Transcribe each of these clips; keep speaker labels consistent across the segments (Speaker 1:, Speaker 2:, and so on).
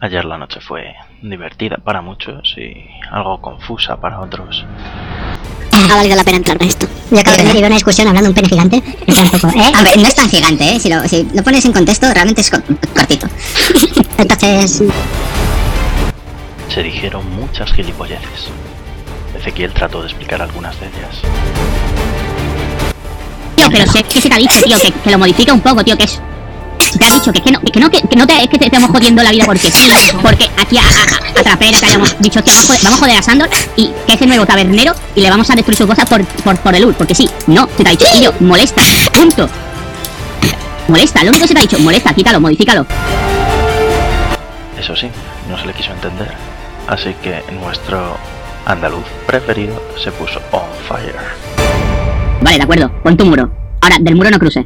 Speaker 1: Ayer la noche fue divertida para muchos y algo confusa para otros.
Speaker 2: Ha valido la pena entrar con esto.
Speaker 3: Yo acabo de tener una discusión hablando de un pene gigante. Está un poco, ¿eh?
Speaker 2: A ver, no es tan gigante, ¿eh? Si lo, si lo pones en contexto, realmente es co- cortito.
Speaker 3: Entonces,
Speaker 1: Se dijeron muchas gilipolleces. Ezequiel trató de explicar algunas de ellas.
Speaker 4: Tío, pero si es que se te ha dicho, tío, que, que lo modifica un poco, tío, que es. Te ha dicho que, es que no, que no, que, que no te, es que te estamos jodiendo la vida porque sí, porque aquí a, a, a Trapera que hayamos dicho, tío, vamos a joder, vamos a, joder a Sandor y que es el nuevo tabernero y le vamos a destruir sus cosas por, por, por el UR, porque sí, no, se te ha dicho, tío, molesta, punto. Molesta, lo único que se te ha dicho, molesta, quítalo, modifícalo.
Speaker 1: Eso sí, no se le quiso entender. Así que nuestro andaluz preferido se puso on fire.
Speaker 4: Vale, de acuerdo, pon tu muro. Ahora, del muro no cruce.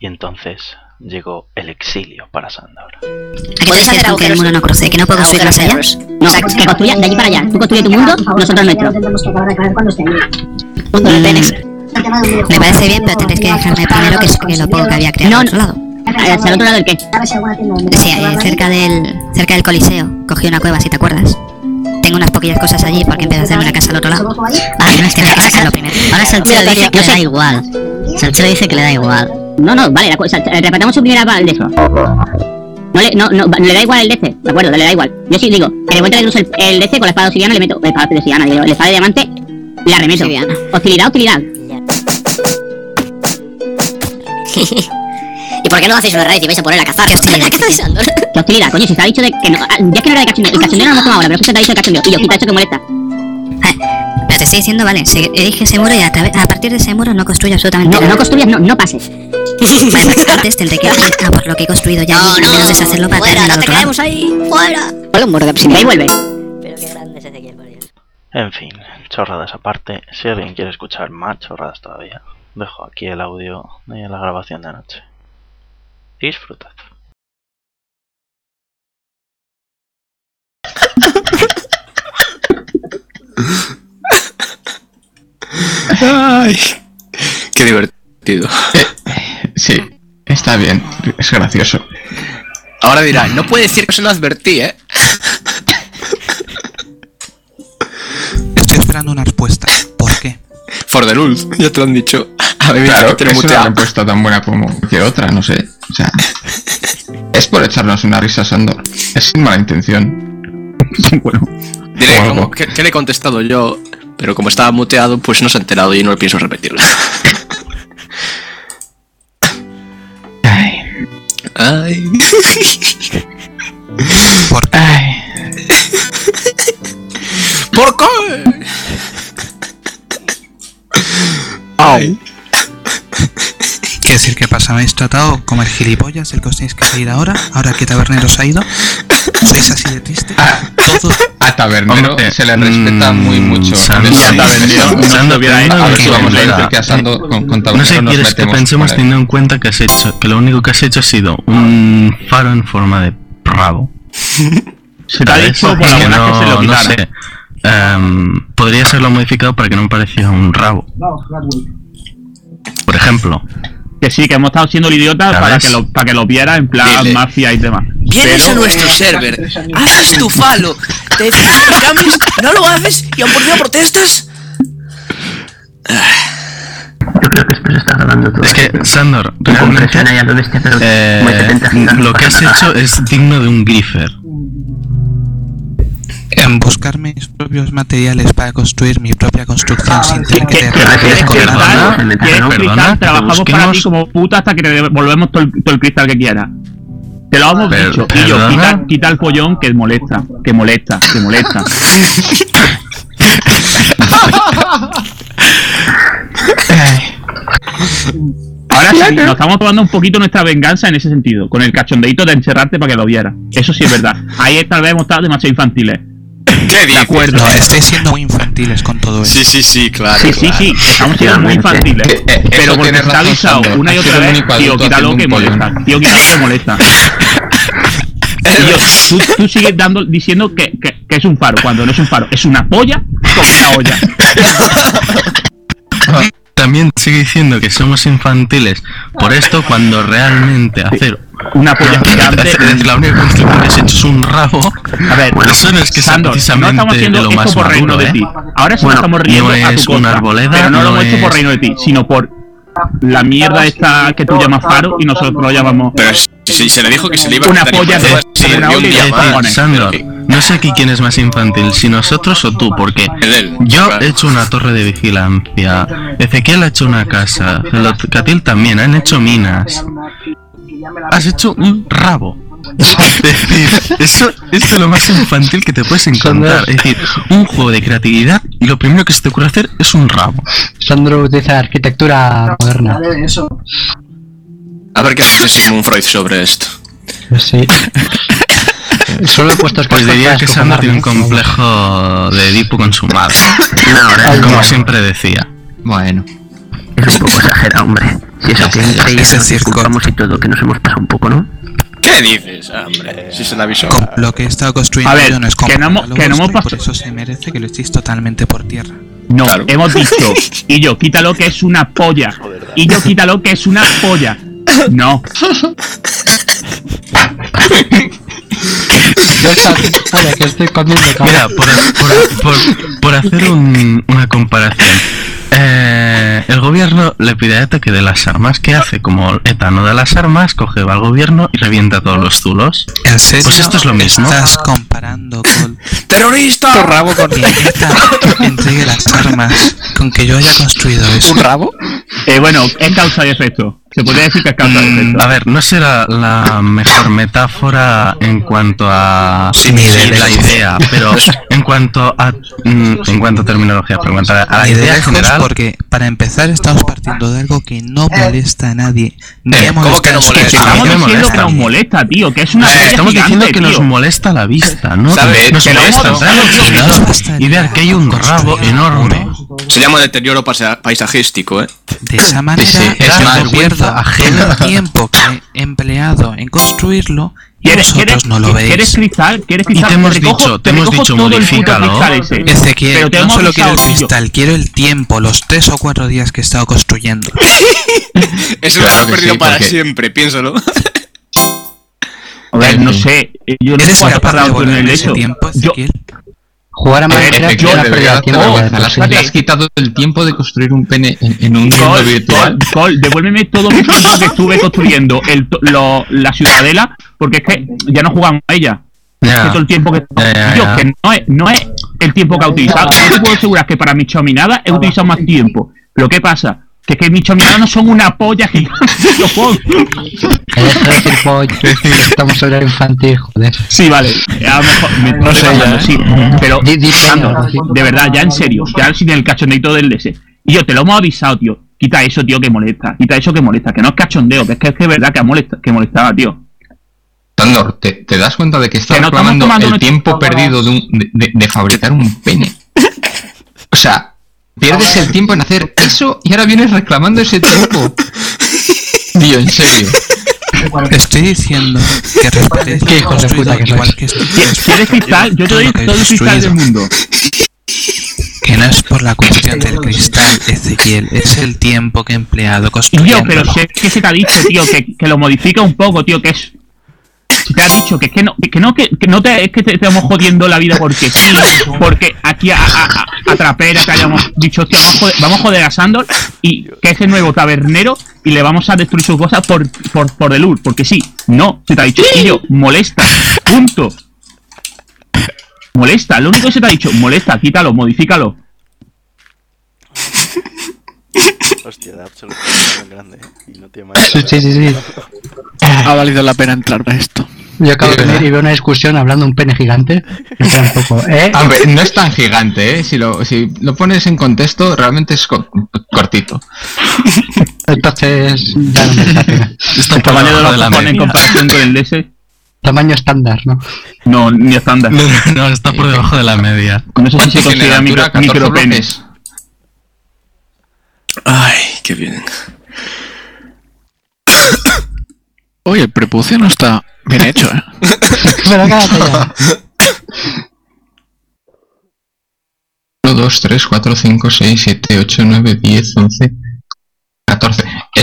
Speaker 1: Y entonces llegó el exilio para Sandor.
Speaker 3: ¿a qué te refieres con que el muro no cruce? ¿Que no
Speaker 4: Ah,
Speaker 3: puedo subir más allá?
Speaker 4: pues. No, que construya de allí para allá. Tú construye tu mundo, nosotros nuestro.
Speaker 3: Mm, me parece bien, pero tendréis que dejarme primero que es que lo poco que había creado
Speaker 4: No,
Speaker 3: al
Speaker 4: no.
Speaker 3: otro lado.
Speaker 4: ¿Hacia el otro lado el qué?
Speaker 3: Sí, eh, cerca del, cerca del coliseo. Cogí una cueva, si te acuerdas. Tengo unas poquillas cosas allí porque empecé a hacerme la casa al otro lado.
Speaker 5: Ah, no, es que
Speaker 3: Tendré que
Speaker 5: ahora,
Speaker 3: sacarlo
Speaker 5: Sal-
Speaker 3: primero.
Speaker 5: ahora Salchero
Speaker 4: Mira,
Speaker 5: dice que
Speaker 4: Antonio, yo
Speaker 5: le da
Speaker 4: sé-
Speaker 5: igual. Salchero dice que le da igual.
Speaker 4: No, no, vale, de acuerdo, o sea, eh, repetamos su primera pa- el de eso. No le, no, no, va- le da igual el DC, de acuerdo, le da igual. Yo sí digo, que de vuelta le cruce el, el DC con la espada de obsidiana, le meto, la espada de obsidiana, digo, la espada de diamante, y la remeto.
Speaker 5: Obsidiana.
Speaker 4: Hostilidad, hostilidad.
Speaker 5: ¿Y por qué no hacéis una raid y vais a poner a cazar?
Speaker 3: Qué hostilidad,
Speaker 5: ¿Qué hacéis, Sandor?
Speaker 4: ¿Qué hostilidad, coño? Si te ha dicho de que no, ah, ya es que no era de cachondeo, el cachondeo no lo hemos tomado ahora, pero es que se te ha dicho de cachondeo, y yo quita eso que molesta.
Speaker 3: Ah, Pero te estoy diciendo, vale, se erige ese muro y a, traves- a partir de ese muro no construyo absolutamente
Speaker 4: No,
Speaker 3: nada.
Speaker 4: no construyas, no, no pases.
Speaker 3: Vale, pues antes tendré que ir a por lo que he construido ya allí, a menos deshacerlo para
Speaker 5: fuera, no
Speaker 3: terminar al
Speaker 5: te
Speaker 3: otro lado.
Speaker 5: quedemos ahí, fuera.
Speaker 2: Ponle un muro de
Speaker 4: Y
Speaker 2: obsidiana.
Speaker 4: ahí vuelve.
Speaker 5: Pero qué grande es Ezequiel, por Dios.
Speaker 1: En fin, chorradas aparte, si alguien quiere escuchar más chorradas todavía, dejo aquí el audio de la grabación de anoche. Disfrutad.
Speaker 6: Ay, qué divertido.
Speaker 7: Sí, está bien, es gracioso.
Speaker 6: Ahora dirá, no puede decir que se lo advertí, ¿eh?
Speaker 8: Estoy esperando una respuesta. ¿Por qué?
Speaker 6: For the rules, ya te lo han dicho. A ver,
Speaker 7: Claro,
Speaker 6: te
Speaker 7: es
Speaker 6: lo
Speaker 7: una
Speaker 6: muteado.
Speaker 7: respuesta tan buena como cualquier otra, no sé. O sea, es por echarnos una risa, Sandor. Es sin mala intención. Bueno,
Speaker 6: Diré,
Speaker 7: o
Speaker 6: como,
Speaker 7: algo.
Speaker 6: ¿qué, qué le he contestado yo? Pero como estaba muteado, pues no se ha enterado y no lo pienso repetir.
Speaker 7: Ay,
Speaker 6: Ay.
Speaker 8: ¿Por qué?
Speaker 7: ay.
Speaker 6: ¿Por qué? Ay.
Speaker 8: ¿Qué decir que pasa? ¿Me habéis tratado como el gilipollas del que os tenéis que salir ahora? ¿Ahora que Tabernero os ha ido? ¿Sois así de triste? Todo...
Speaker 7: A Tabernero
Speaker 9: Hombre,
Speaker 7: se le respeta
Speaker 9: Eh, mm,
Speaker 7: muy mucho.
Speaker 9: Sandor,
Speaker 7: Y a
Speaker 9: sí.
Speaker 7: Tabernero no
Speaker 9: Sandor,
Speaker 7: nos
Speaker 9: bien,
Speaker 7: a
Speaker 9: a
Speaker 7: ver
Speaker 9: ver,
Speaker 7: si vamos a
Speaker 9: venga.
Speaker 7: decir que a Sandor con, con Tabernero
Speaker 9: No sé,
Speaker 7: nos
Speaker 9: quieres que
Speaker 7: metemos
Speaker 9: pensemos
Speaker 7: con él.
Speaker 9: teniendo en cuenta que has hecho, que lo único que has hecho ha sido un faro en forma de rabo. Será
Speaker 10: Te ha
Speaker 9: eso,
Speaker 10: dicho por la
Speaker 9: porque
Speaker 10: buena que se lo
Speaker 9: no, no
Speaker 10: quitara.
Speaker 9: sé. Em, podría serlo modificado para que no pareciera un rabo. Por ejemplo,
Speaker 10: Que sí, que hemos estado siendo el idiota
Speaker 9: Ya
Speaker 10: para
Speaker 9: ves.
Speaker 10: que, lo, para que lo viera en plan
Speaker 6: Dile.
Speaker 10: mafia y demás.
Speaker 6: Vienes
Speaker 10: Pero-
Speaker 6: a nuestro server, haces tu falo, te cambias, no lo haces y aún por encima protestas.
Speaker 9: es que, Sandor, realmente eh, lo que has hecho es digno de un grifer.
Speaker 8: En buscarme mis propios materiales para construir mi propia construcción sin tener que
Speaker 10: Que-
Speaker 8: tener
Speaker 10: que-
Speaker 8: relaciones
Speaker 10: que-
Speaker 8: con
Speaker 10: que-
Speaker 8: nadie.
Speaker 9: perdona,
Speaker 10: que- que-
Speaker 9: perdona,
Speaker 10: cristal,
Speaker 9: que
Speaker 10: trabajamos para ti
Speaker 9: busquemos-
Speaker 10: como puta hasta que devolvemos todo el, todo el cristal que quiera. Te lo hemos
Speaker 9: Per-
Speaker 10: dicho, y yo,
Speaker 9: perdona.
Speaker 10: quita, quita el follón que molesta, que molesta, que molesta. Ahora sí, nos estamos tomando un poquito nuestra venganza en ese sentido, con el cachondeito de encerrarte para que lo viera. Eso sí es verdad. Ahí tal vez hemos estado demasiado infantiles.
Speaker 6: ¿Qué dices?
Speaker 10: acuerdo.
Speaker 8: No, estáis siendo muy infantiles con todo esto.
Speaker 6: Sí, sí, sí, claro.
Speaker 10: Sí, sí,
Speaker 6: claro.
Speaker 10: sí, estamos siendo muy infantiles.
Speaker 9: Eh, eh, eso
Speaker 10: pero porque
Speaker 9: tienes
Speaker 10: está
Speaker 9: razón,
Speaker 10: avisado
Speaker 9: Sandro.
Speaker 10: una y
Speaker 9: Ha
Speaker 10: otra
Speaker 9: sido el
Speaker 10: vez,
Speaker 9: único
Speaker 10: tío,
Speaker 9: adulto
Speaker 10: quítalo
Speaker 9: haciendo
Speaker 10: que
Speaker 9: un pollo.
Speaker 10: molesta. Tío, quítalo que molesta. Y yo, tú, tú sigues dando, diciendo que, que- que es un faro, cuando no es un faro, es una polla con una olla.
Speaker 9: Te también sigue diciendo que somos infantiles por esto cuando realmente hacer
Speaker 10: una polla gigante-
Speaker 9: hacer- hacer- la única construcción que has hecho es un rabo
Speaker 10: A ver,
Speaker 9: eso no es que sea
Speaker 10: Sandor,
Speaker 9: precisamente
Speaker 10: no estamos haciendo
Speaker 9: lo
Speaker 10: esto
Speaker 9: más
Speaker 10: por reino
Speaker 9: maduro,
Speaker 10: de
Speaker 9: ¿eh?
Speaker 10: ti. Ahora sí
Speaker 9: Bueno,
Speaker 10: nos estamos riendo
Speaker 9: no
Speaker 10: a tu
Speaker 9: es una
Speaker 10: contra,
Speaker 9: arboleda,
Speaker 10: pero no, lo
Speaker 9: no
Speaker 10: hemos hecho por
Speaker 9: es-
Speaker 10: reino de ti, sino por la mierda esta que tú llamas faro y nosotros lo llamamos
Speaker 11: Pero si se le dijo que se le iba a
Speaker 10: Una
Speaker 11: quitar y
Speaker 10: polla
Speaker 11: por eso
Speaker 10: de-
Speaker 11: se le
Speaker 10: una
Speaker 11: dio un
Speaker 10: olla
Speaker 11: día
Speaker 10: de-
Speaker 11: más.
Speaker 10: cojones.
Speaker 9: Sandor, no sé aquí quién es más infantil, si nosotros o tú, porque yo he hecho una torre de vigilancia, Ezequiel ha hecho una casa, Catil también, han hecho minas. Has hecho un rabo. Es decir, eso es de lo más infantil que te puedes encontrar. Es decir, un juego de creatividad y lo primero que se te ocurre hacer es un rabo.
Speaker 12: Sandro utiliza arquitectura moderna.
Speaker 11: A ver qué dice Sigmund Freud sobre esto.
Speaker 12: Sí. Solo he puesto
Speaker 9: Pues
Speaker 12: cartas
Speaker 9: diría
Speaker 12: para
Speaker 9: que Sandor tiene un complejo de Edipo con su madre. como siempre decía.
Speaker 7: Bueno.
Speaker 13: Es un poco exagerado, hombre. Si eso que entre ellos
Speaker 8: Es el
Speaker 13: nos
Speaker 8: circo.
Speaker 13: disculpamos y todo, que nos hemos pasado un poco, ¿no?
Speaker 11: ¿Qué dices, hombre? Si se le avisó.
Speaker 8: Lo que he estado construyendo
Speaker 11: A ver,
Speaker 8: yo no es como
Speaker 11: que no hemos- que no hemos
Speaker 8: por eso se merece que lo estéis totalmente por tierra.
Speaker 10: No, hemos dicho, y yo quítalo que es una polla. Y yo quítalo que es una polla. No.
Speaker 12: Yo esta- vale, que estoy comiendo
Speaker 9: Mira, por, por- por- por hacer un- una comparación. eh, el gobierno le pide a ETA que dé las armas. ¿Qué hace? Como ETA no da las armas, coge va al gobierno y revienta a todos los zulos.
Speaker 8: ¿En serio?
Speaker 9: Pues esto es lo mismo.
Speaker 8: Estás comparando con...
Speaker 6: ¡Terrorista!
Speaker 8: Tu rabo con que ETA entregue las armas con que yo haya construido eso.
Speaker 6: ¿Un rabo?
Speaker 10: Eh, bueno, es causa y efecto. Se podría decir que es causa y efecto.
Speaker 9: A ver, no será la mejor metáfora en cuanto a
Speaker 10: Sí,
Speaker 9: ni
Speaker 10: sí,
Speaker 9: de la
Speaker 10: sí.
Speaker 9: idea, pero en cuanto a mm, en cuanto a terminología, pero en cuanto a a la
Speaker 8: Ni de
Speaker 9: idea
Speaker 8: lejos,
Speaker 9: general,
Speaker 8: porque para empezar estamos partiendo de algo que no molesta a nadie. Ni
Speaker 9: Eh,
Speaker 8: ha
Speaker 9: ¿cómo
Speaker 8: molestado
Speaker 9: que no
Speaker 8: a nadie.
Speaker 9: molesta?
Speaker 10: Estamos diciendo
Speaker 9: me molesta.
Speaker 10: que nos molesta, tío, que es una polla
Speaker 9: estamos diciendo
Speaker 10: gigante,
Speaker 9: que nos
Speaker 10: tío.
Speaker 9: molesta la vista, ¿no?
Speaker 11: ¿Sabe?
Speaker 9: Nos
Speaker 11: Que no,
Speaker 9: molesta,
Speaker 11: no,
Speaker 9: ¿sabes?
Speaker 11: no,
Speaker 9: Cuidado. Y ver que hay un rabo enorme.
Speaker 11: Se llama deterioro pasa- paisajístico, ¿eh?
Speaker 8: De esa manera,
Speaker 11: Sí, sí, es
Speaker 8: el
Speaker 11: una
Speaker 8: gobierno
Speaker 11: vergüenza
Speaker 8: el
Speaker 11: ajena.
Speaker 8: tiempo que he empleado en construirlo y
Speaker 10: ¿Quieres,
Speaker 8: vosotros
Speaker 10: quieres,
Speaker 8: no lo veis.
Speaker 10: ¿Quieres cristal? ¿Quieres
Speaker 8: Y te
Speaker 10: cristal?
Speaker 8: hemos
Speaker 10: recojo-
Speaker 8: dicho, te hemos
Speaker 10: recojo
Speaker 8: dicho,
Speaker 10: todo el puto
Speaker 8: modifícalo.
Speaker 10: cristal ese.
Speaker 8: Ezequiel,
Speaker 10: Pero te
Speaker 8: no
Speaker 10: hemos
Speaker 8: solo quiero el
Speaker 10: avisado, tío.
Speaker 8: cristal, quiero el tiempo, los tres o cuatro días que he estado construyendo.
Speaker 11: Eso
Speaker 8: Claro
Speaker 11: lo
Speaker 8: que
Speaker 11: hemos perdido
Speaker 8: sí,
Speaker 11: para
Speaker 8: porque-
Speaker 11: siempre, piénsalo.
Speaker 10: A ver, no sé. eh, Yo no sé
Speaker 8: ¿Eres
Speaker 10: cuánto
Speaker 8: capaz de
Speaker 10: parado tú en
Speaker 8: volver
Speaker 10: el
Speaker 8: en ese
Speaker 10: lecho.
Speaker 8: tiempo,
Speaker 10: Yo-
Speaker 8: Ezequiel?
Speaker 12: Jugar
Speaker 10: Ah,
Speaker 12: a Minecraft
Speaker 10: yo-
Speaker 12: era perder el tiempo.
Speaker 10: Oh,
Speaker 7: Las
Speaker 10: espérate.
Speaker 7: has quitado el tiempo de construir un pene en, en un mundo
Speaker 10: Col,
Speaker 7: virtual.
Speaker 10: Col, Col, devuélveme todo mi tiempo que estuve construyendo el, to- lo- la ciudadela, porque es que ya no jugamos a ella.
Speaker 9: Ya.
Speaker 10: Es que todo el tiempo que.
Speaker 9: Ya, ya,
Speaker 10: Tío,
Speaker 9: ya.
Speaker 10: que no es, no es el tiempo que ha utilizado. Yo te puedo asegurar que para mi chominada he utilizado más tiempo. Pero ¿qué pasa? Que es que mis chominadas no son una polla gigante. los juegos.
Speaker 12: Deja de decir pollo, Estamos sobre el infantil, joder.
Speaker 10: Sí, vale. A lo mejor me
Speaker 12: No
Speaker 10: estoy
Speaker 12: sé,
Speaker 10: pasando,
Speaker 12: ya, ¿eh?
Speaker 10: sí. Pero, Sandro,
Speaker 12: sí.
Speaker 10: de verdad, ya en serio, ya sin el cachondeito del DS. Y yo te lo hemos avisado, tío. Quita eso, tío, que molesta. Quita eso que molesta. Que no es cachondeo, que es que es que es verdad que, ha molesta, que molestaba, tío.
Speaker 7: Sandor, ¿te, te das cuenta de que estás
Speaker 10: Que no estamos
Speaker 7: reclamando
Speaker 10: tomando
Speaker 7: el
Speaker 10: una-
Speaker 7: tiempo perdido de, un- de- de- de fabricar un pene? O sea, pierdes el tiempo en hacer eso y ahora vienes reclamando ese tiempo. Tío, en serio.
Speaker 8: Estoy diciendo que respetéis
Speaker 7: Qué
Speaker 8: lo
Speaker 7: hijos de puta
Speaker 8: construido
Speaker 7: que sois.
Speaker 8: igual que estoy
Speaker 10: ¿Quieres cristal? Yo te doy todo el cristal del mundo.
Speaker 8: Que no es por la cuestión del cristal, Ezequiel, es el tiempo que he empleado
Speaker 10: Tío,
Speaker 8: construyendo.
Speaker 10: pero sé que se te ha dicho, tío, que, que lo modifica un poco, tío, que es. Se te ha dicho que es que no, que no, que, que no te, es que te estamos jodiendo la vida porque sí, porque aquí a, a, a- a trapera que hayamos dicho, hostia, vamos a joder, vamos a, joder a Sandor y que es el nuevo tabernero y le vamos a destruir sus cosas por, por, por Delur, porque sí, no, se te ha dicho, tío, molesta, punto. Molesta, lo único que se te ha dicho, molesta, quítalo, modifícalo.
Speaker 1: Hostia, da absolutamente tan grande. ¿eh? Y no tiene más.
Speaker 12: Sí, sí, sí.
Speaker 14: Ha valido la pena entrar a esto.
Speaker 12: Yo acabo de venir y veo una discusión hablando de un pene gigante. Me queda un poco, ¿eh?
Speaker 7: Hombre, no es tan gigante, ¿eh? Si lo, si lo pones en contexto, realmente es co- cortito.
Speaker 12: Entonces, ya no merece la pena.
Speaker 10: El tamaño de los cojones en comparación con el DS.
Speaker 12: Tamaño estándar, ¿no?
Speaker 10: No, ni estándar.
Speaker 9: No, no, está por debajo de la media.
Speaker 10: No sé si se
Speaker 9: Tiene
Speaker 10: considera
Speaker 9: altura
Speaker 10: micro,
Speaker 9: 14
Speaker 10: micropene.
Speaker 9: bloques.
Speaker 11: Ay, qué bien.
Speaker 14: Oye, el prepucio no está bien hecho, ¿eh?
Speaker 12: Pero cállate ya.
Speaker 7: 1, 2, 3, 4, 5, 6, 7, 8, 9, 10, 11,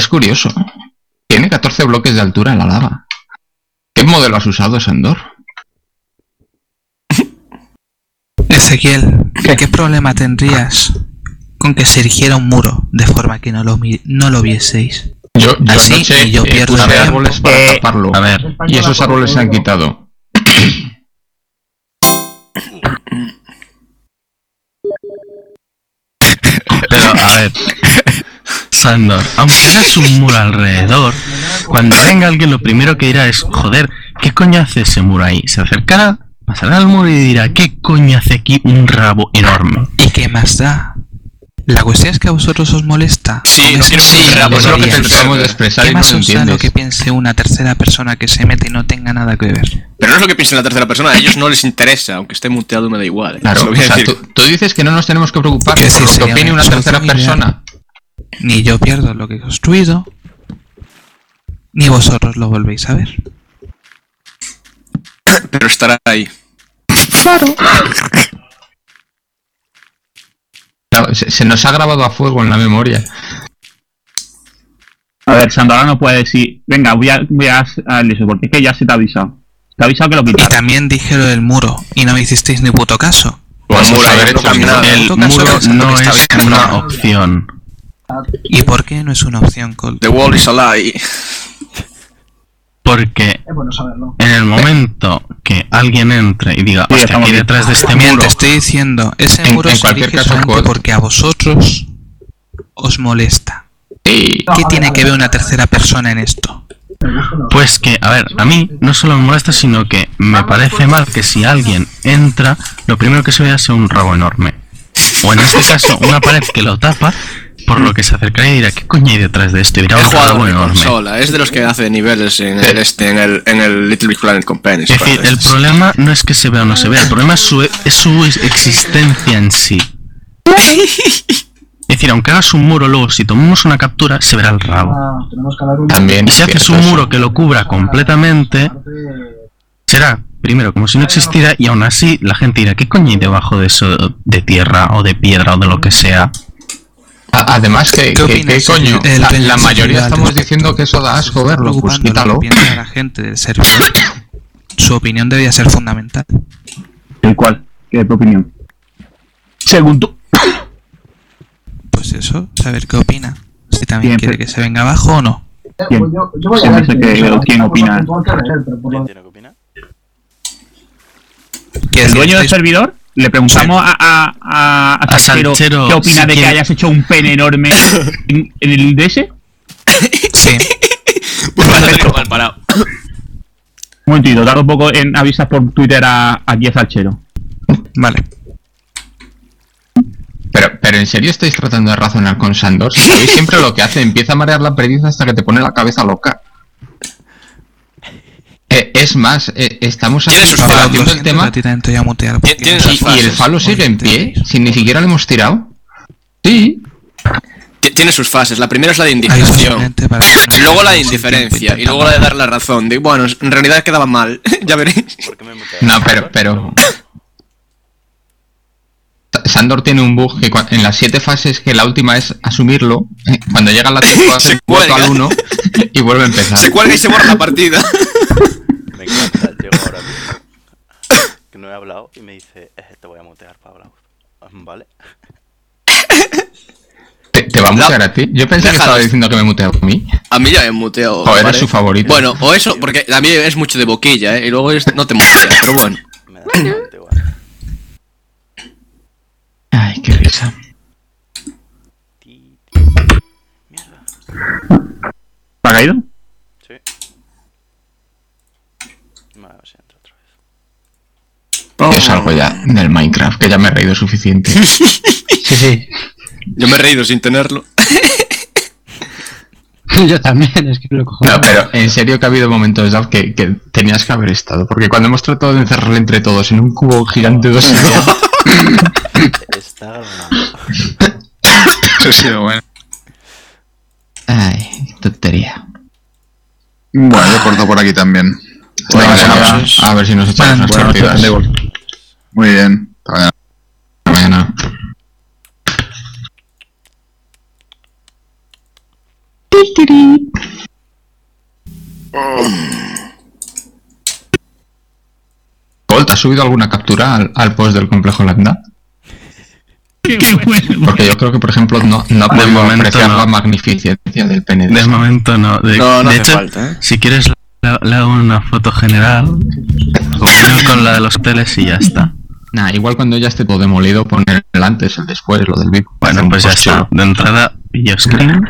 Speaker 7: curioso. Tiene 14 bloques de altura la lava. ¿Qué modelo has usado, Sandor?
Speaker 8: Ezequiel, ¿qué, problema tendrías con que se erigiera un muro de forma que no lo, mi- no lo vieseis?
Speaker 7: Yo, yo
Speaker 8: Así,
Speaker 7: anoche
Speaker 8: y yo
Speaker 7: eh,
Speaker 8: pierdo
Speaker 7: puse
Speaker 8: tiempo.
Speaker 7: árboles para
Speaker 8: Eh,
Speaker 7: taparlo.
Speaker 8: a ver.
Speaker 7: Y esos árboles se han quitado.
Speaker 9: Pero, a ver. Sandor, aunque hagas un muro alrededor, cuando venga alguien lo primero que dirá es, joder, ¿qué coño hace ese muro ahí? Se acercará, pasará al muro y dirá, ¿qué coño hace aquí un rabo enorme?
Speaker 8: ¿Y qué más da? La cuestión es que a vosotros os molesta.
Speaker 7: Sí, no quiero
Speaker 8: sí,
Speaker 7: pensar,
Speaker 8: lo
Speaker 7: es pues lo que
Speaker 8: diríais.
Speaker 7: tratamos de expresar
Speaker 8: ¿Qué
Speaker 7: y no
Speaker 8: más
Speaker 7: lo
Speaker 8: os da lo
Speaker 7: entiendes.
Speaker 8: que piense una tercera persona que se mete y no tenga nada que ver?
Speaker 11: Pero no es lo que piensa la tercera persona, a ellos no les interesa, aunque esté muteado me da igual. ¿eh? Se
Speaker 7: Claro,
Speaker 11: lo
Speaker 7: o
Speaker 11: voy a
Speaker 7: sea,
Speaker 11: decir.
Speaker 7: tú, tú dices que no nos tenemos que preocupar por lo que
Speaker 8: sería
Speaker 7: opine una tercera
Speaker 8: solución ideal.
Speaker 7: persona.
Speaker 8: Ni yo pierdo lo que he construido, ni vosotros lo volvéis a ver.
Speaker 11: Pero estará ahí.
Speaker 8: Claro.
Speaker 7: Claro, se, se nos ha grabado a fuego en la memoria.
Speaker 10: A ver, Sandora no puede decir, venga, voy a, voy a hacer eso, porque es que ya se te ha avisado. Te ha avisado que lo
Speaker 8: Y
Speaker 10: quitaras.
Speaker 8: también dije lo del muro, y no me hicisteis ni puto caso.
Speaker 9: Pues
Speaker 8: Vamos a
Speaker 9: haber
Speaker 8: ver,
Speaker 9: hecho
Speaker 8: pues,
Speaker 9: nada.
Speaker 8: ni
Speaker 9: el
Speaker 8: puto caso
Speaker 9: muro
Speaker 8: pensando
Speaker 9: no
Speaker 8: que
Speaker 9: es
Speaker 8: estaba
Speaker 9: una
Speaker 8: hecho.
Speaker 9: opción.
Speaker 8: ¿Y por qué no es una opción, Colt?
Speaker 11: The wall is a lie.
Speaker 9: Porque en el momento que alguien entre y diga,
Speaker 8: Oye,
Speaker 9: hostia,
Speaker 8: estamos
Speaker 9: aquí
Speaker 8: bien.
Speaker 9: detrás de este
Speaker 8: Bien,
Speaker 9: muro.
Speaker 8: te estoy diciendo, ese
Speaker 9: En-
Speaker 8: muro
Speaker 9: en
Speaker 8: se
Speaker 9: cualquier
Speaker 8: erige
Speaker 9: caso,
Speaker 8: solamente
Speaker 9: Juan.
Speaker 8: porque a vosotros os molesta. ¿Qué tiene que ver una tercera persona en esto?
Speaker 9: Pues que, a ver, a mí no solo me molesta, sino que me parece mal que si alguien entra, lo primero que se vea sea un rabo enorme. O en este caso, una pared que lo tapa, por lo que se acercará y dirá, ¿qué coño hay detrás de esto? Y dirá,
Speaker 11: He
Speaker 9: un
Speaker 11: jugado
Speaker 9: rabo
Speaker 11: con
Speaker 9: enorme. Eh.
Speaker 11: consola, es de los que hace niveles en el, este, en el, en el Little Big Planet Companion.
Speaker 9: Es decir, el problema no es que se vea o no se vea, el problema es su, es su existencia en sí. Es decir, aunque hagas un muro, luego si tomamos una captura, se verá el rabo.
Speaker 7: También.
Speaker 9: Y si haces un muro que lo cubra completamente, será primero como si no existiera y aún así la gente dirá, ¿qué coño hay debajo de eso de tierra o de piedra o de lo que sea?
Speaker 7: A- Además,
Speaker 9: ¿Qué
Speaker 7: que, que-
Speaker 9: opinas,
Speaker 7: que coño,
Speaker 9: el-
Speaker 7: la,
Speaker 9: el-
Speaker 7: la
Speaker 9: el-
Speaker 7: mayoría
Speaker 9: el-
Speaker 7: estamos
Speaker 9: respecto?
Speaker 7: diciendo que eso da asco verlo, pues
Speaker 8: Preocupando lo
Speaker 7: quítalo.
Speaker 8: que piensa la gente del servidor. Su opinión debería ser fundamental.
Speaker 10: ¿El cual? ¿Qué es tu opinión? Según tú.
Speaker 8: Pues eso, saber qué opina. Si también
Speaker 10: Bien,
Speaker 8: quiere que se venga abajo o no.
Speaker 10: ¿Quién? Sí, no sé qué- quién opina. ¿El dueño del servidor? Le preguntamos a, a, a, a
Speaker 9: A
Speaker 10: Salchero
Speaker 9: Salchero,
Speaker 10: qué opina
Speaker 9: si
Speaker 10: de que
Speaker 9: quiere-
Speaker 10: hayas hecho un pene enorme en, en el DS.
Speaker 8: Sí.
Speaker 11: mal parado.
Speaker 10: Un momentito, tardo un poco en avisar por Twitter a, aquí a Salchero.
Speaker 8: Vale.
Speaker 7: Pero, pero en serio estáis tratando de razonar con Sandor. Si sabéis siempre lo que hace, empieza a marear la perdiz hasta que te pone la cabeza loca. Eh, es más, eh, estamos
Speaker 8: Tiene sus
Speaker 7: debatiendo
Speaker 8: fallos.
Speaker 7: el tema
Speaker 8: Te intento ya mutear porque
Speaker 7: y,
Speaker 8: no sé
Speaker 7: y el falo sigue en pie, si ni siquiera le hemos tirado. Sí.
Speaker 11: Ti- Tiene sus fases. La primera es la de
Speaker 8: Hay
Speaker 11: indignación.
Speaker 8: suficiente para que no-
Speaker 11: Luego la de indiferencia. Y luego la de dar la razón. De, bueno, en realidad quedaba mal. ya veréis.
Speaker 7: No, pero, pero. Sa- Sandor tiene un bug que cua- en las siete fases, que la última es asumirlo, eh, cuando llega la
Speaker 11: Se
Speaker 7: tercera hace voto
Speaker 11: cuelga.
Speaker 7: al uno y vuelve a empezar.
Speaker 11: Se cuelga y se borra la partida.
Speaker 1: Me encanta, llego ahora mismo. Que no he hablado y me dice, "Eh, te voy a mutear para hablar. Vale.
Speaker 7: ¿Te, te va a mutear a ti? Yo pensé que
Speaker 11: Déjalo.
Speaker 7: estaba diciendo que me muteaba a mí.
Speaker 11: A mí ya me muteo.
Speaker 7: O eres su favorito.
Speaker 11: Bueno, o eso, porque a mí es mucho de boquilla, ¿eh? Y luego es- no te mutea, pero bueno.
Speaker 7: Ay, qué risa.
Speaker 10: ¿Te ha caído?
Speaker 11: Oh.
Speaker 7: Yo salgo ya del Minecraft, que ya me he reído suficiente. Sí, sí.
Speaker 11: Yo me he reído sin tenerlo.
Speaker 12: Yo también, es que lo cojo.
Speaker 7: No, pero en serio que ha habido momentos, Daf, que, que tenías que haber estado. Porque cuando hemos tratado de encerrarle entre todos en un cubo gigante dos
Speaker 1: Está grabando.
Speaker 7: Eso ha sido bueno. Ay, tontería.
Speaker 14: Bueno, yo corto por aquí también.
Speaker 7: Bueno,
Speaker 14: Venga,
Speaker 7: venga,
Speaker 14: chavales.
Speaker 7: a ver si nos echamos
Speaker 14: Buenas
Speaker 7: unas
Speaker 9: pues,
Speaker 14: noches.
Speaker 7: partidas.
Speaker 14: Muy bien. Hasta mañana.
Speaker 7: Mañana. Colt, ¿has subido alguna captura al, al post del complejo Lambda?
Speaker 10: Qué bueno.
Speaker 7: Porque yo creo que, por ejemplo, no, no
Speaker 9: De
Speaker 7: podemos
Speaker 9: momento
Speaker 7: apreciar
Speaker 9: no.
Speaker 7: la magnificencia del pene.
Speaker 9: De momento no. De,
Speaker 7: No, no
Speaker 9: de
Speaker 7: hace
Speaker 9: hecho,
Speaker 7: falta, ¿eh?
Speaker 9: si quieres le, le hago una foto general. Combino con la de los hoteles y ya está.
Speaker 7: Nah, igual cuando ya esté todo demolido, poner el antes, el después, lo del VIP.
Speaker 9: Bueno, pues ya está. De entrada, yo screen.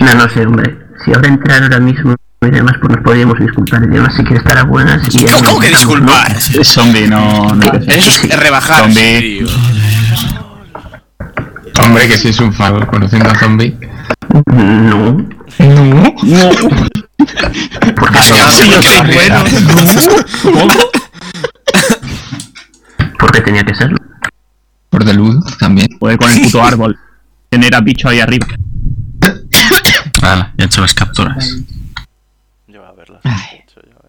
Speaker 13: No, no sé, hombre. Si ahora entrar ahora mismo y demás, pues nos podríamos disculpar y demás si quiere estar a buenas. Y
Speaker 11: ¿Cómo- cómo que disculpar?
Speaker 14: Zombie, no. no
Speaker 11: Eso es rebajar.
Speaker 14: Zombie.
Speaker 11: tío.
Speaker 7: Hombre, que sí es un faro, conociendo a zombie.
Speaker 13: No.
Speaker 7: No. No. Porque
Speaker 13: soy
Speaker 9: Ah,
Speaker 13: así, yo soy bueno. Porque tenía que serlo.
Speaker 7: Por de luz también.
Speaker 10: Joder, Pues con el puto árbol. Tener a bicho ahí arriba.
Speaker 9: Hala, ya he hecho las capturas.
Speaker 1: Yo voy a verlas. Yo voy a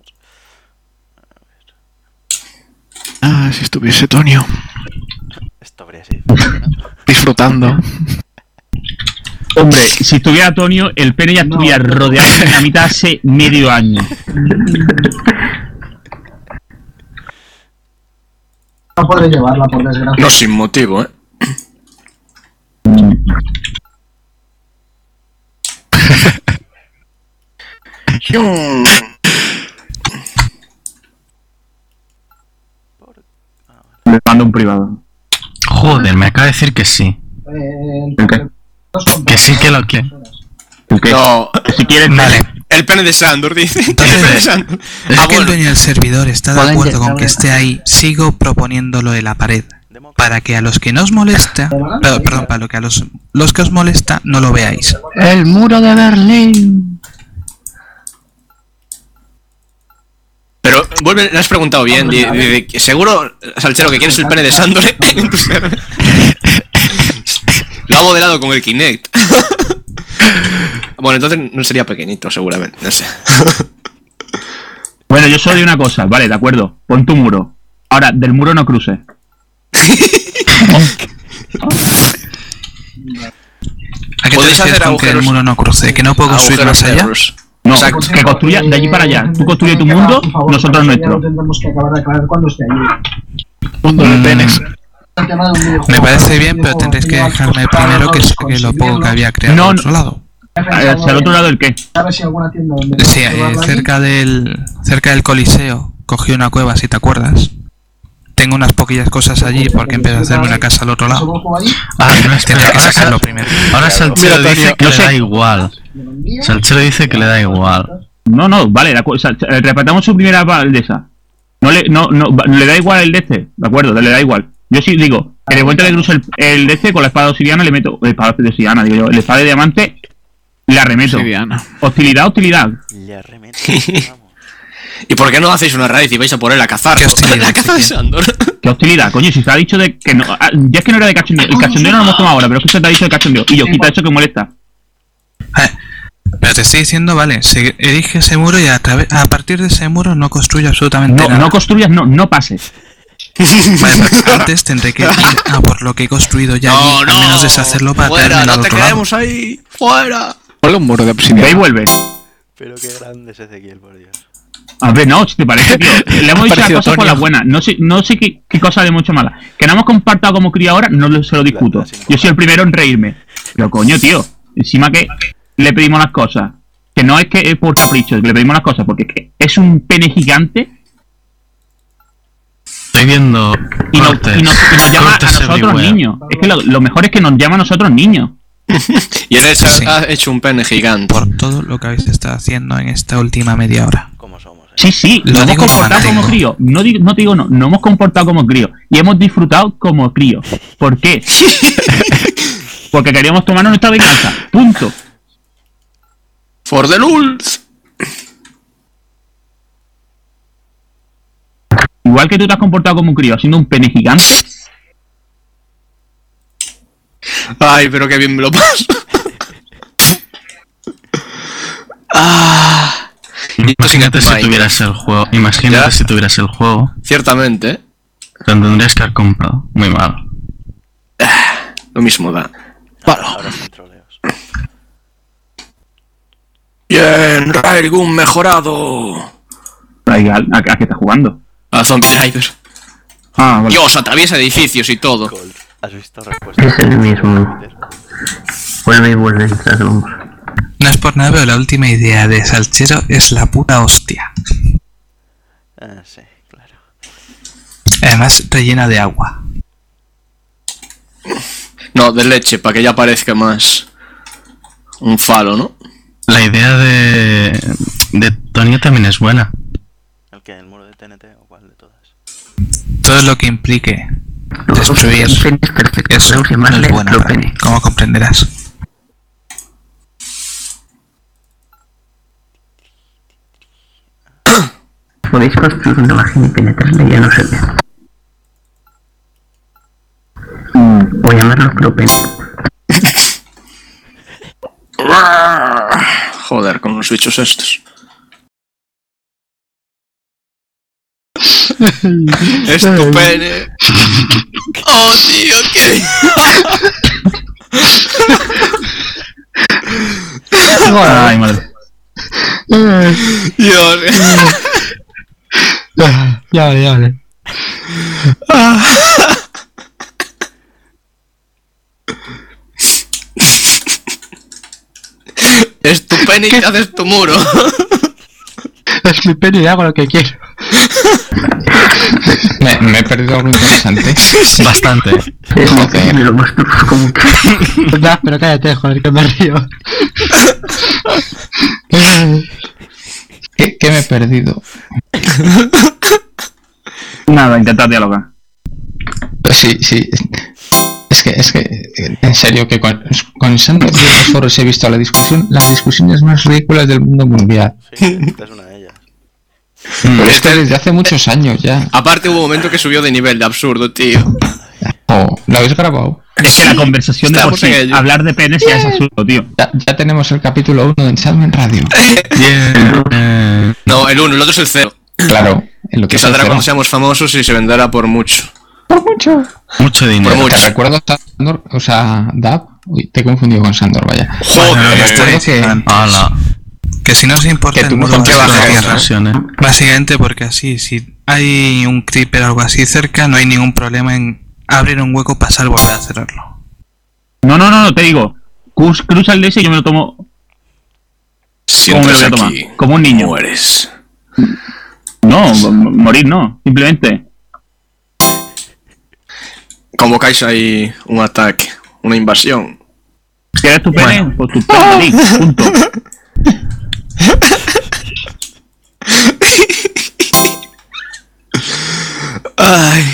Speaker 1: ver.
Speaker 14: Ah, si estuviese Tonio
Speaker 1: Esto habría sido. ¿no?
Speaker 14: disfrutando.
Speaker 10: Hombre, si estuviera Antonio, el pene ya estuviera rodeado de dinamita hace medio año.
Speaker 15: No podré llevarla, por desgracia.
Speaker 11: No sin motivo, ¿eh?
Speaker 10: Me mando un privado.
Speaker 9: Joder, me acaba de decir que sí. Que sí que lo quiere.
Speaker 11: No.
Speaker 10: Si quieres,
Speaker 9: vale.
Speaker 11: El pene de Sandor, dice. Ah, El pene de Sandor.
Speaker 8: Ya que el dueño del servidor está de
Speaker 11: Pueden
Speaker 8: acuerdo
Speaker 11: llegar
Speaker 8: con que
Speaker 11: a-
Speaker 8: esté ahí, sigo proponiéndolo de la pared. Para que a los que no os molesta, pe- perdón, para lo que a los, los que os molesta no lo veáis.
Speaker 12: El muro de Berlín.
Speaker 11: Pero vuelve, lo has preguntado
Speaker 8: Ah,
Speaker 11: bien. di- di- di- seguro, Salchero, que quieres el pene de Sandor ¿eh? en tu server. Lo ha modelado con el Kinect. Bueno, entonces no sería pequeñito, seguramente. No sé.
Speaker 10: Bueno, yo solo digo una cosa, vale, de acuerdo. Pon tu muro. Ahora, del muro no cruces.
Speaker 8: ¿A qué te
Speaker 10: Podéis hacer
Speaker 8: refieres con que el
Speaker 10: agujeros-
Speaker 8: muro no cruce? ¿Que no puedo subir
Speaker 10: agujeros
Speaker 8: más allá?
Speaker 10: negros. No, pues que construya de allí para
Speaker 15: Eh,
Speaker 10: allá. Tú construye tu mundo, nosotros el
Speaker 15: Ya lo
Speaker 10: nuestro.
Speaker 15: tendremos que acabar de aclarar cuando esté allí.
Speaker 14: Mundo
Speaker 10: Mm.
Speaker 14: de
Speaker 8: Mm,
Speaker 14: penes.
Speaker 15: El tema de un videojuego.
Speaker 8: Me parece bien, pero tendréis que dejarme primero que saque lo poco que había creado
Speaker 10: No,
Speaker 8: al
Speaker 10: no.
Speaker 8: otro lado.
Speaker 10: ¿Hacia el otro lado el qué?
Speaker 15: A ver si alguna tienda donde...
Speaker 8: Sí, eh, cerca del cerca del Coliseo cogí una cueva, si te acuerdas. Tengo unas poquillas cosas allí porque empecé a hacerme una casa al otro lado.
Speaker 9: Ah, no, espera,
Speaker 8: Tendré que
Speaker 9: ahora
Speaker 8: sacarlo
Speaker 9: Sal-
Speaker 8: primero.
Speaker 9: Ahora Salchero
Speaker 10: Mira,
Speaker 9: dice
Speaker 10: Antonio,
Speaker 9: que
Speaker 10: no
Speaker 9: le
Speaker 10: sé.
Speaker 9: da igual. Salchero dice que le da igual.
Speaker 10: No, no, vale, de acuerdo. O sea, eh, repatamos su primera baldesa. No le, no, no, va- le da igual el de este, ¿de acuerdo? Le da igual. Yo sí digo, que de vuelta le cruzo el, el de este con la espada obsidiana, le meto. La espada obsidiana, digo yo, la espada de diamante, la remeto. Hostilidad, hostilidad.
Speaker 11: ¿Y por qué no hacéis una raid y vais a por él a cazar? La caza de Sandor.
Speaker 10: Qué hostilidad, coño, si se ha dicho de que no. ah, Ya es que no era de cachondeo. El cachondeo no lo hemos tomado ahora, pero es que se te ha dicho de cachondeo. Y yo, quita eso que molesta.
Speaker 8: Pero te estoy diciendo, vale, se erige ese muro y a, través- a partir de ese muro no construyo absolutamente
Speaker 10: No,
Speaker 8: nada.
Speaker 10: no construyas, no, no pases.
Speaker 8: Vale, pues antes tendré que ir a por lo que he construido ya allí, al menos deshacerlo para traerme al otro lado.
Speaker 11: ahí! ¡Fuera!
Speaker 14: Ponle un muro de obsidiana.
Speaker 10: Ve y vuelve.
Speaker 1: Pero qué grande es Ezequiel, por Dios.
Speaker 10: A ver, no, si te parece, tío. Le hemos dicho las
Speaker 14: Parecido
Speaker 10: cosas por
Speaker 14: Toño.
Speaker 10: las buenas. No sé, no sé qué, qué cosa de mucho mala. Que no hemos compartido como cría ahora, no lo- se lo discuto. Yo soy el primero en reírme. Pero coño, tío. Encima que le pedimos las cosas. Que no es que es por capricho, es que le pedimos las cosas. Porque es, que es un pene gigante
Speaker 9: Estoy viendo.
Speaker 10: y, nos-
Speaker 9: cortes.
Speaker 10: y nos, y nos llama a
Speaker 9: Cortes
Speaker 10: nosotros
Speaker 9: everywhere.
Speaker 10: niños. Es que lo, lo mejor es que nos llama a nosotros niños.
Speaker 11: Y él se ha- ha hecho un pene gigante.
Speaker 8: Por todo lo que habéis estado haciendo en esta última media hora.
Speaker 10: Sí, sí,
Speaker 8: Lo
Speaker 10: nos hemos
Speaker 8: digo y lo
Speaker 10: comportado
Speaker 8: mantengo.
Speaker 10: como crío. No, di- no te digo no, nos hemos comportado como crío. Y hemos disfrutado como crío. ¿Por qué? Porque queríamos tomarnos nuestra venganza. Punto.
Speaker 11: ¡For the lulz!
Speaker 10: Igual que tú te has comportado como un crío, haciendo un pene gigante.
Speaker 11: Ay, pero qué bien me lo paso. ah,
Speaker 9: Imagínate si
Speaker 11: Mike.
Speaker 9: tuvieras el juego. Imagínate
Speaker 11: Ya.
Speaker 9: si tuvieras el juego.
Speaker 11: ciertamente, ¿eh?
Speaker 9: Lo tendrías que haber comprado. Muy mal.
Speaker 11: lo mismo da. Palo. Bien, Railgun mejorado.
Speaker 10: Raigal, ¿a, a qué estás jugando?
Speaker 11: A Zombie Driver.
Speaker 10: Ah, vale.
Speaker 11: Dios, atraviesa edificios y todo.
Speaker 1: ¿Has visto
Speaker 13: Es el mismo. Vuelve y vuelve, Dragon.
Speaker 8: No es por nada, pero la última idea de Salchero es la puta hostia.
Speaker 1: Ah, sí, claro.
Speaker 8: Además, rellena de agua.
Speaker 11: No, de leche, para que ya parezca más. Un falo, ¿no?
Speaker 9: La idea de. de Tonio también es buena.
Speaker 1: ¿El que ¿El muro de TNT o cuál de todas?
Speaker 8: Todo lo que implique destruir eso no es buena, para mí, como comprenderás.
Speaker 13: Podéis construir una imagen y penetrarla y ya no se ve. Mm, Voy a llamarlo Clopen.
Speaker 11: Joder, con los bichos estos. Estupendo. Oh, tío, qué.
Speaker 10: Ay, madre.
Speaker 11: Dios.
Speaker 12: Ya vale, ya vale.
Speaker 11: Es tu pene y te haces tu muro.
Speaker 12: Es mi pene y hago lo que quiero.
Speaker 7: Me, me he perdido algo interesante. Bastante.
Speaker 13: Me lo muestro como que.
Speaker 12: Nah, pero cállate, joder, que me río.
Speaker 7: ¿Qué, qué me he perdido?
Speaker 10: Nada, intentad dialogar.
Speaker 7: Sí, sí. Es que, es que, eh, en serio, que con, con Sandra y otros foros he visto la discusión, las discusiones más ridículas del mundo mundial.
Speaker 1: Sí, esta es una de ellas.
Speaker 7: Mm, Esto desde hace muchos años ya.
Speaker 11: Aparte hubo un momento que subió de nivel de absurdo, tío.
Speaker 7: Oh, ¿Lo habéis grabado?
Speaker 10: Es que la conversación de por
Speaker 11: Estamos en
Speaker 10: sí,
Speaker 11: ello.
Speaker 10: hablar de penes ya es absurdo, tío.
Speaker 7: Ya, ya tenemos el capítulo 1 de Sadman Radio.
Speaker 9: Eh,
Speaker 11: No, el uno, el otro es el cero.
Speaker 7: Claro, en lo
Speaker 11: Que saldrá cuando seamos famosos y se venderá por mucho.
Speaker 7: Por mucho.
Speaker 9: Mucho dinero.
Speaker 11: Por mucho.
Speaker 7: Te recuerdo, Sandor, o sea, Dab. Uy, te he confundido con Sandor, vaya.
Speaker 8: Bueno,
Speaker 11: Joder. eh,
Speaker 8: me estáis diciendo
Speaker 9: Ala.
Speaker 8: Que si no os importa
Speaker 7: Que tú
Speaker 8: el
Speaker 7: no
Speaker 8: modo
Speaker 7: te
Speaker 8: de
Speaker 7: bajas,
Speaker 8: la
Speaker 7: ¿no?
Speaker 8: tierra.
Speaker 9: Opción, eh.
Speaker 8: Básicamente porque así, si hay un creeper o algo así cerca, no hay ningún problema en abrir un hueco, pasar, volver a cerrarlo.
Speaker 10: No, no, no, no, te digo. Cruz, cruza el DS y yo me lo tomo
Speaker 11: Si
Speaker 10: como me lo
Speaker 11: entras
Speaker 10: voy a tomar.
Speaker 11: aquí,
Speaker 10: Como un niño.
Speaker 11: mueres.
Speaker 10: No, m- morir no. Simplemente.
Speaker 11: Convocáis ahí un ataque, una invasión.
Speaker 10: ¿Quieres tu pene? Pues tu pene, morí, punto.
Speaker 11: Ay.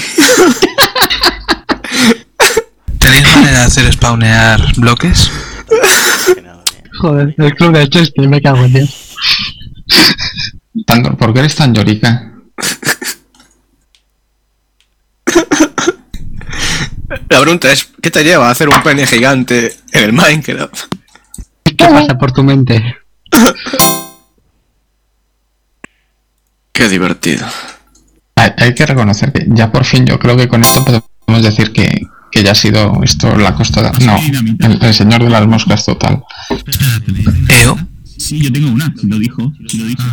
Speaker 8: ¿Tenéis manera de hacer spawnear bloques?
Speaker 12: Joder, el club de Chester, me cago en Dios.
Speaker 7: Sandor, ¿por qué eres tan llorica?
Speaker 11: La pregunta es, ¿qué te lleva a hacer un pene gigante en el Minecraft?
Speaker 12: ¿Qué pasa por tu mente?
Speaker 11: Qué divertido.
Speaker 7: Hay, hay que reconocer que ya por fin yo creo que con esto podemos decir que, que ya ha sido esto la costa de... No, el, el señor de las moscas total.
Speaker 8: ¿Eo?
Speaker 10: Sí, yo tengo una. Lo dijo. Lo dijo.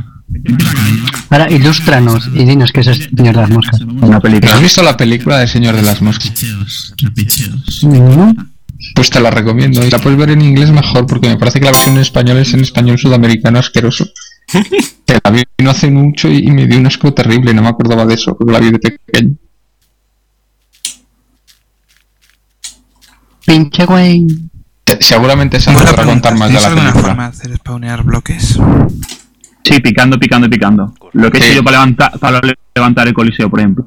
Speaker 12: Ahora, ilústranos y dinos qué es este señor de las moscas.
Speaker 10: Una película.
Speaker 7: ¿Has visto la película del señor de las moscas?
Speaker 12: No,
Speaker 7: Pues te la recomiendo. Y la puedes ver en inglés mejor porque me parece que la versión en español es en español sudamericano asqueroso. Te la vi no hace mucho y y me dio un asco terrible. No me acordaba de eso porque la vi de pequeño.
Speaker 12: pinche güey.
Speaker 7: Te- seguramente se podrá contar más de
Speaker 8: ¿tenéis
Speaker 7: la
Speaker 8: alguna
Speaker 7: película.
Speaker 8: forma de hacer spawnear bloques?
Speaker 10: Sí, picando, picando, picando. Lo que he
Speaker 7: Sí.
Speaker 10: hecho yo para levantar, para le- levantar el coliseo, por ejemplo.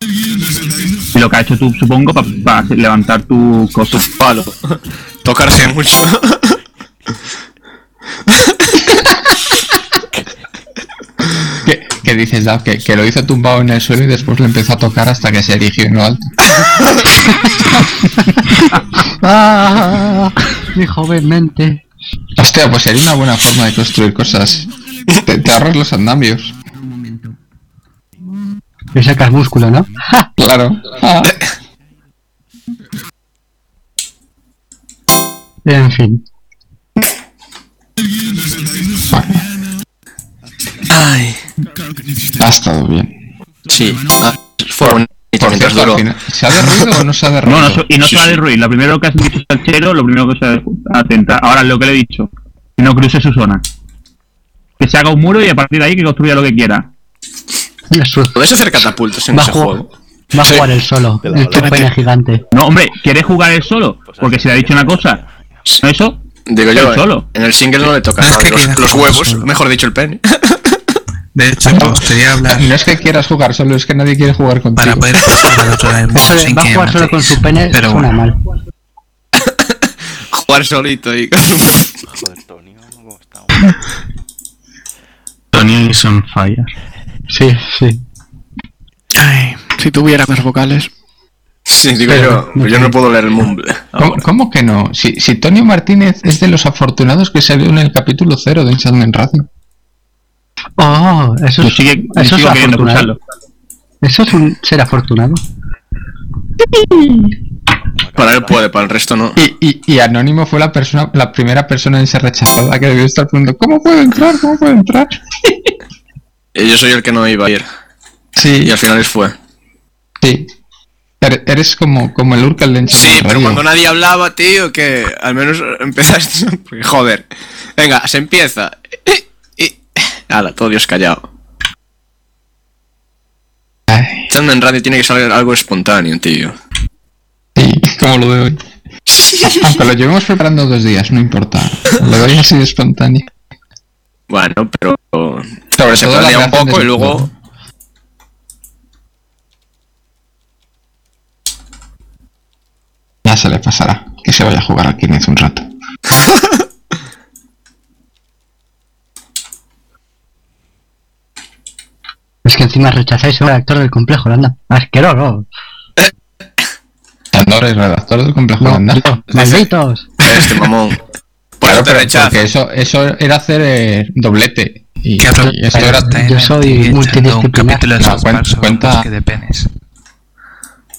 Speaker 10: Y lo que has hecho tú, supongo, para levantar tu coso.
Speaker 11: Palo. Tocarse mucho.
Speaker 7: ¿Qué, qué dices, Daf? Que, que lo hizo tumbado en el suelo y después le empezó a tocar hasta que se erigió en lo alto.
Speaker 12: Ah, mi joven mente.
Speaker 7: Hostia, pues sería una buena forma de construir cosas. Te, te ahorras los andamios.
Speaker 12: Le sacas músculo, ¿no? ¡Ja!
Speaker 7: Claro. Ah,
Speaker 12: En fin.
Speaker 11: Ay.
Speaker 7: Ha estado bien.
Speaker 11: Sí. Ah, fue bonito
Speaker 7: Este
Speaker 11: mientras duró.
Speaker 7: ¿Se ha derruido o no se ha derruido?
Speaker 10: No, no, se- y no se va a derruir. Lo primero que has dicho al chero, lo primero que se ha- atenta. Ahora lo que le he dicho, que no cruce su zona. Que se haga un muro y a partir de ahí que construya lo que quiera.
Speaker 11: ¿Podéis hacer catapultos en
Speaker 10: Va
Speaker 11: ese
Speaker 10: a jugar-
Speaker 11: juego?
Speaker 12: Va a jugar él solo. El que pene gigante.
Speaker 10: No, hombre, ¿quieres jugar él solo? Porque si le ha dicho una cosa, ¿no eso?
Speaker 11: Digo
Speaker 10: él
Speaker 11: yo, eh,
Speaker 10: solo.
Speaker 11: en el single no le toca nada. Los, los huevos, mejor dicho el pene.
Speaker 8: De hecho, me gustaría hablar.
Speaker 7: No es que quieras jugar, solo es que nadie quiere jugar contigo. Para
Speaker 8: poder pasar al otro lado.
Speaker 12: Eso de va a jugar solo con su pene
Speaker 8: Pero
Speaker 12: suena
Speaker 8: bueno.
Speaker 12: mal.
Speaker 11: Jugar solito y...
Speaker 9: Tony is on fire.
Speaker 12: Sí, sí.
Speaker 14: Ay, si tuviera más vocales.
Speaker 11: Sí, digo yo, yo no puedo leer el mumble.
Speaker 7: ¿Cómo, cómo que no? Si, si Tonio Martínez es de los afortunados que se vio en el capítulo 0 de Enchantment Radio.
Speaker 12: Oh, eso
Speaker 10: Yo
Speaker 12: es,
Speaker 10: sigue- yo
Speaker 12: eso es ¿eh?
Speaker 10: sigo queriendo
Speaker 12: afortunado. Eso es un ser afortunado.
Speaker 11: Para él puede, para el resto no.
Speaker 7: Y, y, y Anónimo fue la persona, la primera persona en ser rechazada que debió estar preguntando ¿Cómo puedo entrar? ¿Cómo puedo entrar?
Speaker 11: Y yo soy el que no iba a ir.
Speaker 7: Sí.
Speaker 11: Y al final fue.
Speaker 7: Sí. Er- Eres como, como el Urkel de Enchantment
Speaker 11: Sí, pero
Speaker 7: Radio.
Speaker 11: cuando nadie hablaba, tío, que al menos empezaste. Porque, joder. Venga, se empieza. Y. Nada, todo Dios callado. Echando en radio tiene que salir algo espontáneo, tío.
Speaker 7: Como lo de hoy. Aunque lo llevemos preparando dos días, no importa. Lo doy así de espontáneo.
Speaker 11: Bueno, pero.
Speaker 7: Sobre
Speaker 11: se
Speaker 7: todo la
Speaker 11: planea un
Speaker 7: reacción
Speaker 11: poco
Speaker 7: de
Speaker 11: y
Speaker 7: su
Speaker 11: luego.
Speaker 7: Ya se le pasará. Que se vaya a jugar al Kinect un rato.
Speaker 12: Es que encima rechazáis a un actor del complejo, anda. Asqueroso.
Speaker 7: Andor es redactor del complejo de Andar.
Speaker 12: Malditos.
Speaker 11: Este mamón. Por eso te rechazo.
Speaker 7: Porque eso, eso era hacer eh, doblete. Y,
Speaker 8: Que hablo-
Speaker 7: y esto era.
Speaker 8: Yo soy
Speaker 7: echando
Speaker 8: multidisciplinar. capítulo de
Speaker 7: No,
Speaker 8: South
Speaker 7: cuen-
Speaker 8: Park sobre
Speaker 7: cuenta,
Speaker 8: bosque de penes.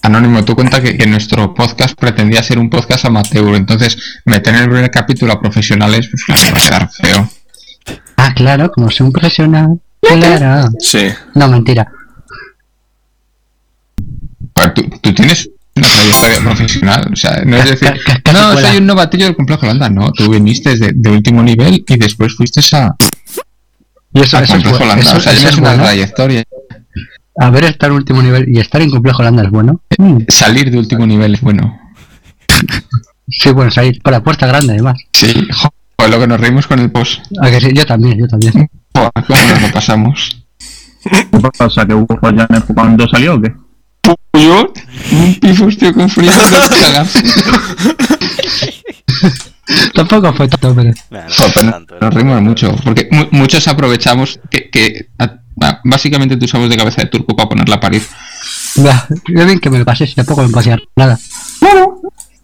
Speaker 7: Anónimo, tú cuenta que, que nuestro podcast pretendía ser un podcast amateur. Entonces, meter en el primer capítulo a profesionales, pues claro, va a quedar feo.
Speaker 12: Ah, claro, como soy un profesional. Claro.
Speaker 11: Sí.
Speaker 12: No, mentira.
Speaker 7: A ver, tú, tú tienes una trayectoria profesional, o sea, no es decir, no,
Speaker 12: cuela.
Speaker 7: soy un novatillo del complejo Holanda, no, tú viniste de, de último nivel y después fuiste a,
Speaker 12: Y eso,
Speaker 7: al
Speaker 12: eso es
Speaker 7: complejo
Speaker 12: bueno.
Speaker 7: Holanda,
Speaker 12: Eso,
Speaker 7: o sea,
Speaker 12: eso
Speaker 7: tienes
Speaker 12: es
Speaker 7: una
Speaker 12: bueno.
Speaker 7: trayectoria,
Speaker 12: Haber estado en último nivel y estar en complejo Holanda es bueno. Mm,
Speaker 7: salir de último nivel es bueno.
Speaker 12: Sí, bueno, salir por la puerta grande además.
Speaker 7: Sí, joder, lo que nos reímos con el post,
Speaker 12: Ah, que sí, yo también, yo también.
Speaker 7: joder, cómo nos lo pasamos.
Speaker 10: ¿Qué pasa? ¿Que Hugo Fallanes cuando salió o qué?
Speaker 7: Yo, un pifo, tío, con frío, de cagarse.
Speaker 12: Tampoco fue tanto, pero.
Speaker 7: Joder, pero
Speaker 1: eh.
Speaker 7: nos reímos mucho, porque mu- muchos aprovechamos que, que a- a- básicamente te usamos de cabeza de turco para poner la pared.
Speaker 12: Ya, yo bien que me lo pasé, si tampoco me pasé nada.
Speaker 7: Claro,